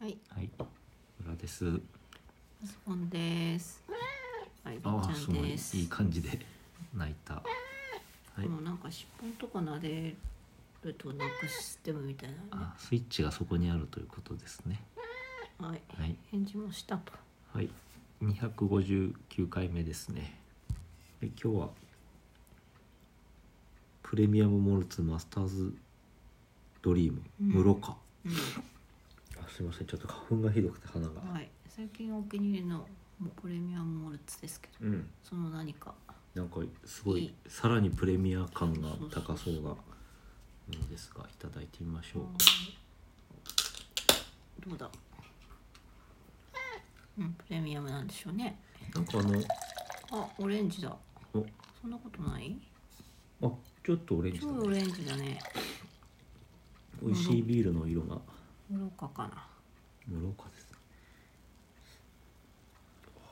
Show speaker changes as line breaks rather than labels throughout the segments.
はい、
はい。裏です。
スポンです。はい、り
あ
ち
あ、
ゃ
す
ん
ごい
です。
いい感じで泣いた。はい。
もうなんか尻尾のとこ撫でるとなんかシステムみたいな、ね
あ、スイッチがそこにあるということですね。。
はい、
はい。
返事もしたと。
はい。二百五十九回目ですね。で今日は。プレミアムモルツマスターズ。ドリーム、
うん
室か。
う
あ、すみません。ちょっと花粉がひどくて鼻が。
ん、はい、最近お気に入りのもうプレミアムモルツですけど、
うん。
その何か。
なんかすごい
いい
さらにプレミア感が高そうなものですがいただいてみましょう
どうだ。うん、プレミアムなんでしょうね。
なんかあの
あ、オレンジだ。
お
そんなことない。
あちょっとオレンジ
超
だ
オ
ね
レンジだね。
美味しいビールの色が
無かかな。
室岡ですね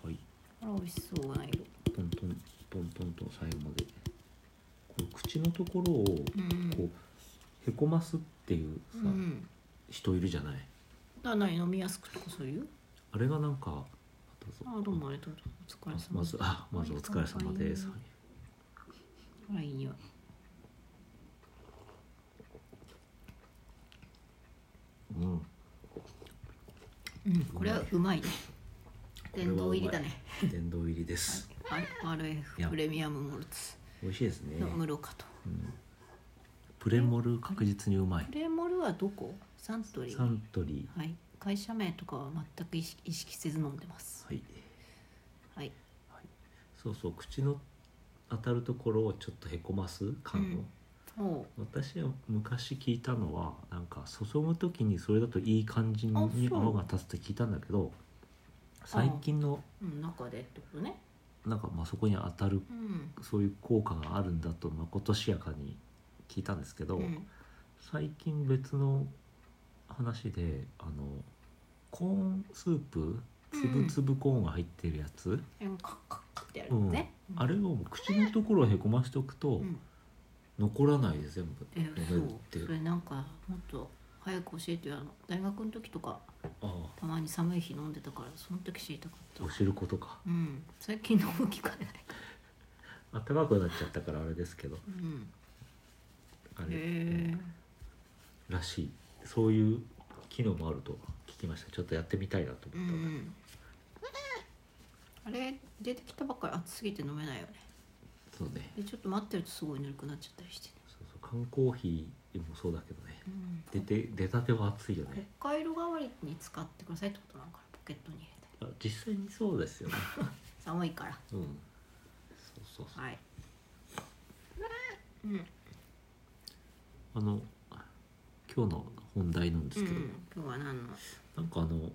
はい
あら、美味しそうな色。
トントントントンと最後までこの口のところを
うん。
こうへこますっていうさ、
うん、
人いるじゃない
だから何飲みやすくとかそういう
あれがなんかあどうぞ
あどうもありがとうお疲れ
あ
様
まずあまずお疲れ様です、
はい
はい
あらいい匂い
うん
うんこれはうまいね殿堂入りだね
殿堂入りです。
あ RF
や
プレミアムモルツ
美味しいですね
の。ムロカと
プレモル確実にうまい
プ。レモルはどこサントリ
サ
ー
ントリ
はい会社名とかは全く意識意識せず飲んでます
ー。はい。
はい
そうそう、口の当たるところをちょっとへこます感を。
も
私は昔聞いたのはなんか注ぐ時にそれだといい感じ
あ
に
そう
泡が立つって聞いたんだけど最近の
う、うん、中でってことね
なんかまあそこに当たる
うん
そういう効果があるんだとまことしやかに聞いたんですけど、
うん
最近別の話であのコーンスープつぶつぶコーンが入ってるやつ、
でもカッカッカッってやるのね、うん、
あれをもう口のところをへこましておくと、
うん
残らないで全部
え
飲めるっ
そ
て
うそれなんかもっと早く教えてよあの大学の時とか
あ
たまに寒い日飲んでたからその時知りたか
あ
っ
お
た
汁粉とか
うん最近飲む機会ない
あったかくなっちゃったからあれですけど
うん
あれ、
へえ
らしいそういう機能もあると聞きましたちょっとやってみたいなと
う
思
ん
っ
う
た、
んあれ出てきたばっかり暑すぎて飲めないよね
そうね
でちょっと待ってるとすごいぬるくなっちゃったりしてね、
そうそう缶コーヒーもそうだけどね
うん、
出て出たては熱いよね
北海道代わりに使ってくださいってことなのかなポケットに入れたり
あ実際にそうですよね
寒いから
うん。そうそうそう。
はいうん
あの今日の本題なんで
う
すけど、
ん今日は何の
なんかあの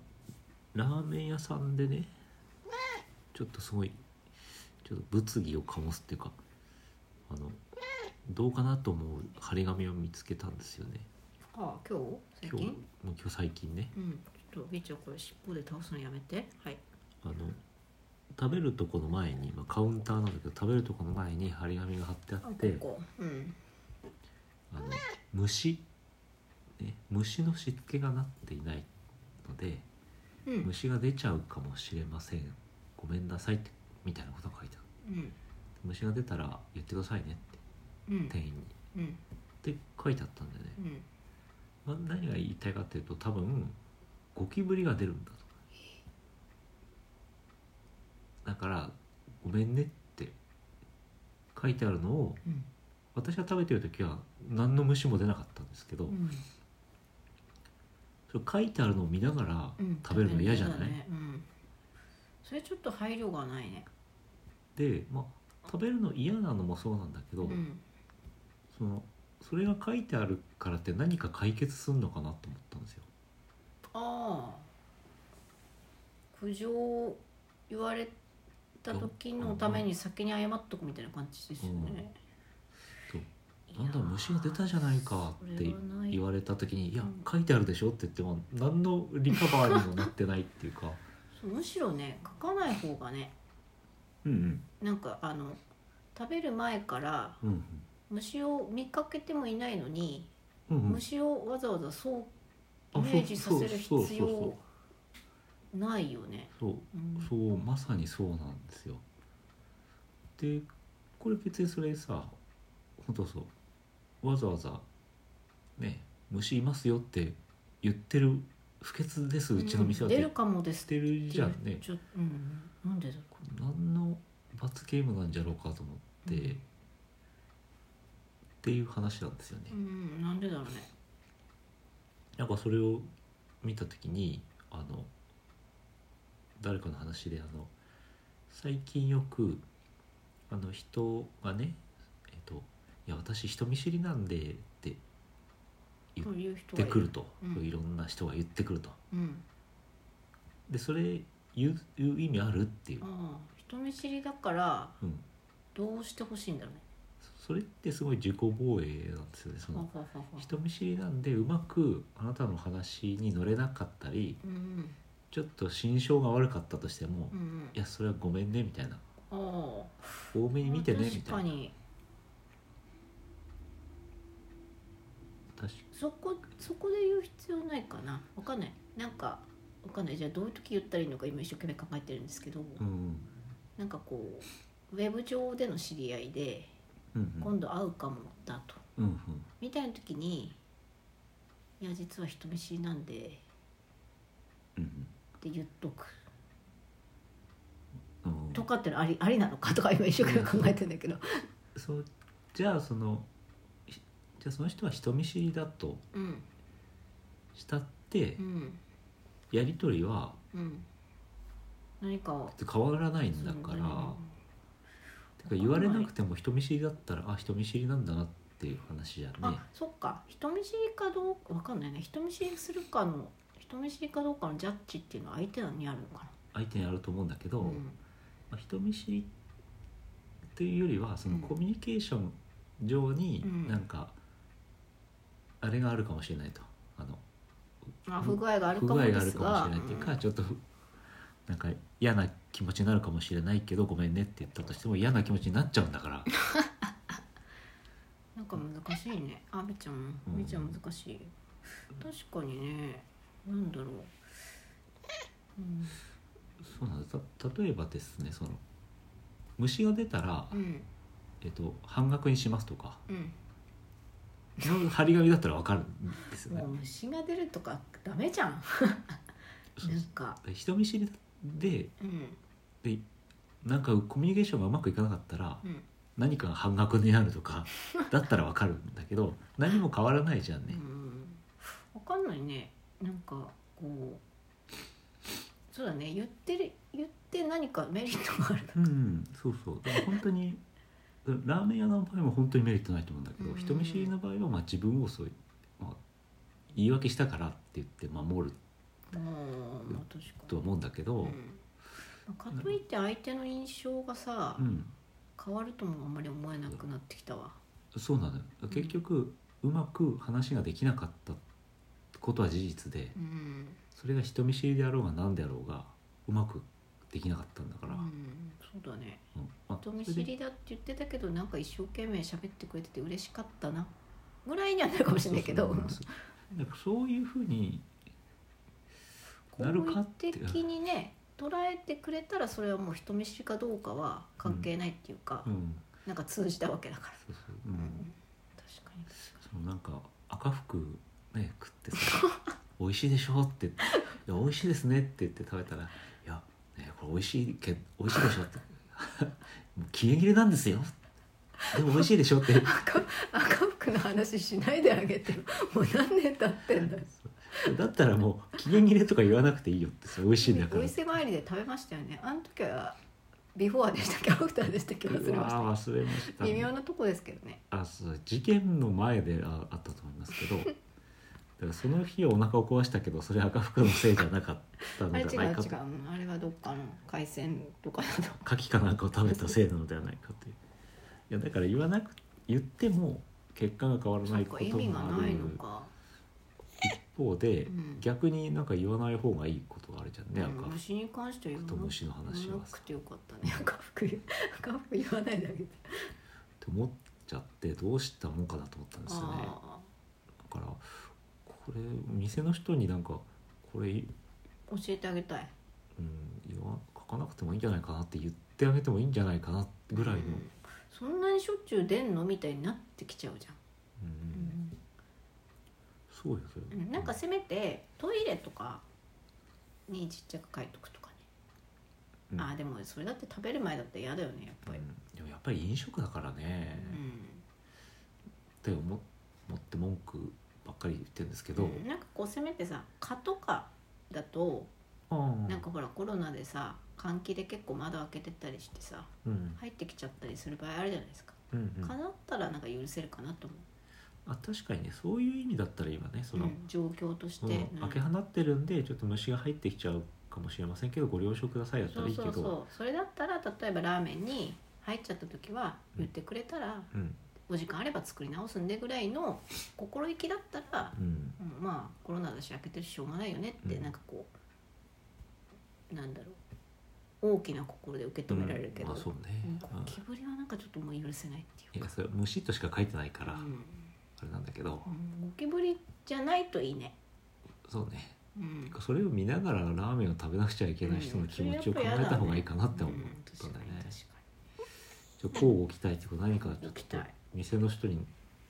ラーメン屋さんでね、ちょっとすごいちょっと物議を醸すっていうか、あのどうかなと思う張り紙を見つけたんですよね。
あ今日最
今日
近
もう今日最近ね、
うんちょっとみーちゃんこれ尻尾で倒すのやめてはい
あの食べるとこの前に、まあ、カウンターなんだけど食べるとこの前に張り紙が貼ってあ
あこ
って。
こうん
あの虫、ね、虫の湿気がなっていないので
うん
虫が出ちゃうかもしれませんごめんなさいってみたいなことが書いてある
うん
虫が出たら言ってくださいね
う
って
ん
店員に
うん
って書いてあったんだよね
う、ん
まあ、何が言いたいかっていうと多分ゴキブリが出るんだとだからごめんねって書いてあるのを
うん
私が食べてる時は何の虫も出なかったんですけど、
うん
それ書いてあるのを見ながら
うん
食べるの嫌じゃない、
食べるの嫌だねうんそれちょっと配慮がないね
で、まあ、食べるの嫌なのもそうなんだけど、
うん
そのそれが書いてあるからって何か解決すんのかなと思ったんですよ。
ああ苦情を言われた時のために先に謝っとくみたいな感じですよね
そうなんだ虫が出たじゃないかって言
わ
われた時に「いや
うん
書いてあるでしょ」って言っても何のリカバーにもなってないっていうか
むしろね書かない方がね
うん
なんかあの食べる前から
うんうん
虫を見かけてもいないのに、
うんうん
虫をわざわざ想イ
あ
メージさせる必
そうそうそうそう
要ないよね。
そう
うん
そうまさにそうなんですよでこれ別にそれさ本当そうわざわざね虫いますよって言ってる不潔ですうちの店は
ん
って
出
言
る
っ
かもですって
てるじゃん
言っ
ね
ちゃうん、なんでだろう
何の罰ゲームなんじゃろうかと思って、
うん
っていう話なんですよね、
うん、なんでだろうね。
なんかそれを見た時にあの誰かの話であの最近よくあの人がねえっと「いや私人見知りなんで」って言
そう
っ
いう人が
て
い
くる。と、
うん
いろんな人が言ってくると
うん、
でそれ言う言う意味あるっていう、
ああ、人見知りだから、
うん、
どうしてほしいんだろうね。
それってすごい自己防衛なんですよねそ
は
の
ははは。
人見知りなんでうまくあなたの話に乗れなかったり
うんうん、
ちょっと心象が悪かったとしても、
うんうん、
いやそれはごめんねみたいな
ああ。
多めに見てねみ
確
た
か
いな
に
確か
そこそこで言う必要ないかなわかんないなんかわかんないじゃあどういう時言ったらいいのか今一生懸命考えてるんですけど、
うん
なんかこうウェブ上での知り合いで
うんうん
今度会うかもだと、
うんうん
みたいな時に「いや実は人見知りなんで
うん」
って言っとく
うんうん
とかってのありありなのかとか今一生懸命考えてんだけど
そうじゃあそのひじゃあその人は人見知りだと
うん
したって
うん
やり取りは
うん何かを
変わらないんだからてか言われなくても人見知りだったらあ人見知りなんだなっていう話じゃんね
あそっか人見知りかどうかわかんないね人見知りするかの人見知りかどうかのジャッジっていうのは相手のにあるのか
相手にあると思うんだけ
な
ど、
うん
まあ、人見知りっていうよりはその
うん
コミュニケーション上に
うん
なんかあれがあるかもしれないとあの
あ不具合がある
不
か
具
も
合
で
がある
す
かも
が
しれないっていうかちょっとなんか嫌な気持ちになるかもしれないけどごめんねって言ったとしても嫌な気持ちになっちゃうん だから
なんか難しいね。あ、みーちゃんも、
うん
みーちゃん難しい。確かにね。なんだろう。うん、
そうなんですた例えばですねその虫が出たら、
うん、
えっと、半額にしますとか
うん。
張り紙だったらわかるんですよね
もう。虫が出るとかダメじゃん。
そう
なんか、
人見知りで
うん、
でなんかコミュニケーションがうまくいかなかったら
うん、
何かが半額になるとかだったらわかるんだけど何も変わらないじゃん
う
ね。
ん。わかんないね。なんかこう、そうだね。言ってる言って何かメリットがある。
うん、そうそうだから本当にラーメン屋の場合も本当にメリットないと思うんだけど、
うん
人見知りの場合はまあ自分をそういう、まあ、言い訳したからって言って守る
もう、まあ、確か
とは思うんだけ
に。う、
ど
んかといって相手の印象がさ、
うん、
変わるともあんまり思えなくなってきたわ。
そうなのよ
ん
結局うまく話ができなかったことは事実で
うん。
それが人見知りであろうが何であろうがうまくできなかったんだから、
うん、そうだね
うんまあ
人見
それ
知
で
りだって言ってたけどなんか一生懸命喋ってくれてて嬉しかったなぐらいにはなるかもしれないけど
そうそうそうなんかそういうふうになるかって
好意的にね捉えてくれたらそれはもう人見知りかどうかは関係ないっていうか、
うん
なんか通じたわけだから、
そうそう
う
うん
確かに
そのなんか赤服ね食ってさ 「美味しいでしょ」って「いや美味しいですね」って言って食べたら「いや、ね、これ美味しいけ美味しいでしょ」って 「もう期限切れなんですよ」でも美味しいでしょって
赤赤服の話しないであげてもう何年経ってんだ
だったらもう期限切れとか言わなくていいよってそれ美味しいんだか
お
ら
伊勢参りで食べましたよねあの時はビフォーでしたっけアフターでしたっけ忘れまし
うわー忘れました
た微妙なとこですけどね
あそう事件の前でああったと思います けどだからその日お腹を壊したけどそれ赤服のせいじゃなかったの
あれ
で
違う違う
はないかと
あれはどっかの海鮮とかだと
牡蠣かなんかを食べたせいなのではないかといういやだから言わなく言っても結果が変わらない
そ
こ
っ
と
か意味が
もあ
な
る
いのか、
一方で、
うん
逆になんか言わない方がいいことがあるじゃんね、
うん
赤
虫に関しては言
服
わ
と
な
虫の話
言わ
は
な
さ
くてよかったね赤服言赤服言わ ないだけで
って思っちゃってどうしたもんかなと思ったんですよ
あ
ねだからここれ店の人になんかこれ、うん、
教えてあげたい
言わ書かなくてもいいんじゃないかなって言ってあげてもいいんじゃないかなぐらいの、
うんそんなにしょっちゅう出んのみたいになってきちゃうじゃん
うんそうですよ、
うん、なんかせめてトイレとかにちっちゃく書いとくとかね、
うん
ああでもそれだって食べる前だって嫌だよねやっぱり、
うんでもやっぱり飲食だからね、
う
っ
ん
て思思って文句ばっかり言ってるんですけど、
うんなんかこうせめてさ蚊とかだと、
ああ
なんかほらコロナでさ換気で結構窓開けてたりしてさ
うん
入ってきちゃったりする場合あるじゃないですか、
うんうん
蚊だったらなんか許せるかなと思、
あ確かにねそういう意味だったら今ねそうの、
うん状況として、
うん
うん
開け放ってるんでちょっと虫が入ってきちゃうかもしれませんけどご了承くださいだった
そ
ら
う
いいけ
そ
ど
うそうそれだったら例えばラーメンに入っちゃった時は言ってくれたら、
うん
お時間あれば作り直すんでぐらいの心意気だったら、
うん
うんまあコロナだし開けてるししょうがないよねって、
うん
なんかこうなんだろう大きな心で受け止められるけど、
うんまあそうね、
うん
うん
ゴキブリはなんかちょっともう許せないってい
いうや
か、
それ虫としか書いてないから、
うん
あれなんだけど、
うんゴキブリじゃないといいね、
そうね
うん、
それを見ながらラーメンを食べなくちゃいけない人の気持ちを考えた方がいいかなって思ったんだよね
うん、確か
ちょっと交互期待っていうか何かちょっ
に確
と
か
店の人に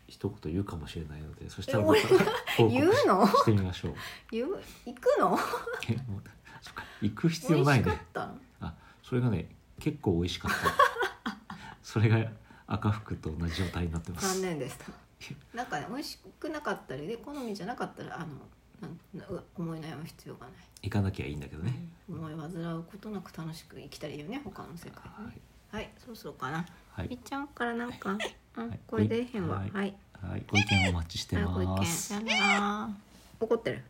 一言言うかもしれないのでそした
え
らま
俺
た報
に言う
告し
の
してみましょう
言う行くの
えもうそっか行く必
美
要
味
な
し
い
かっ
ね
たの
それがね結構美味し かったそれが赤服と同じ状態になってま
残
す
念でしたなんかね美味しくなかったりで好みじゃなかったらあのなんうわ思い悩む必要がない、
行かなきゃいいんだけどね、
思い煩うことなく楽しく生きたらいいよね他の世界ね
は
は
い
いそろそろかな
は
み
い
っちゃんからなんか、う
は
ん
い、
これでえへんわは、
はいはい、ご意見お待ちして
はい、ご意
ま
見
す
さよなら怒ってる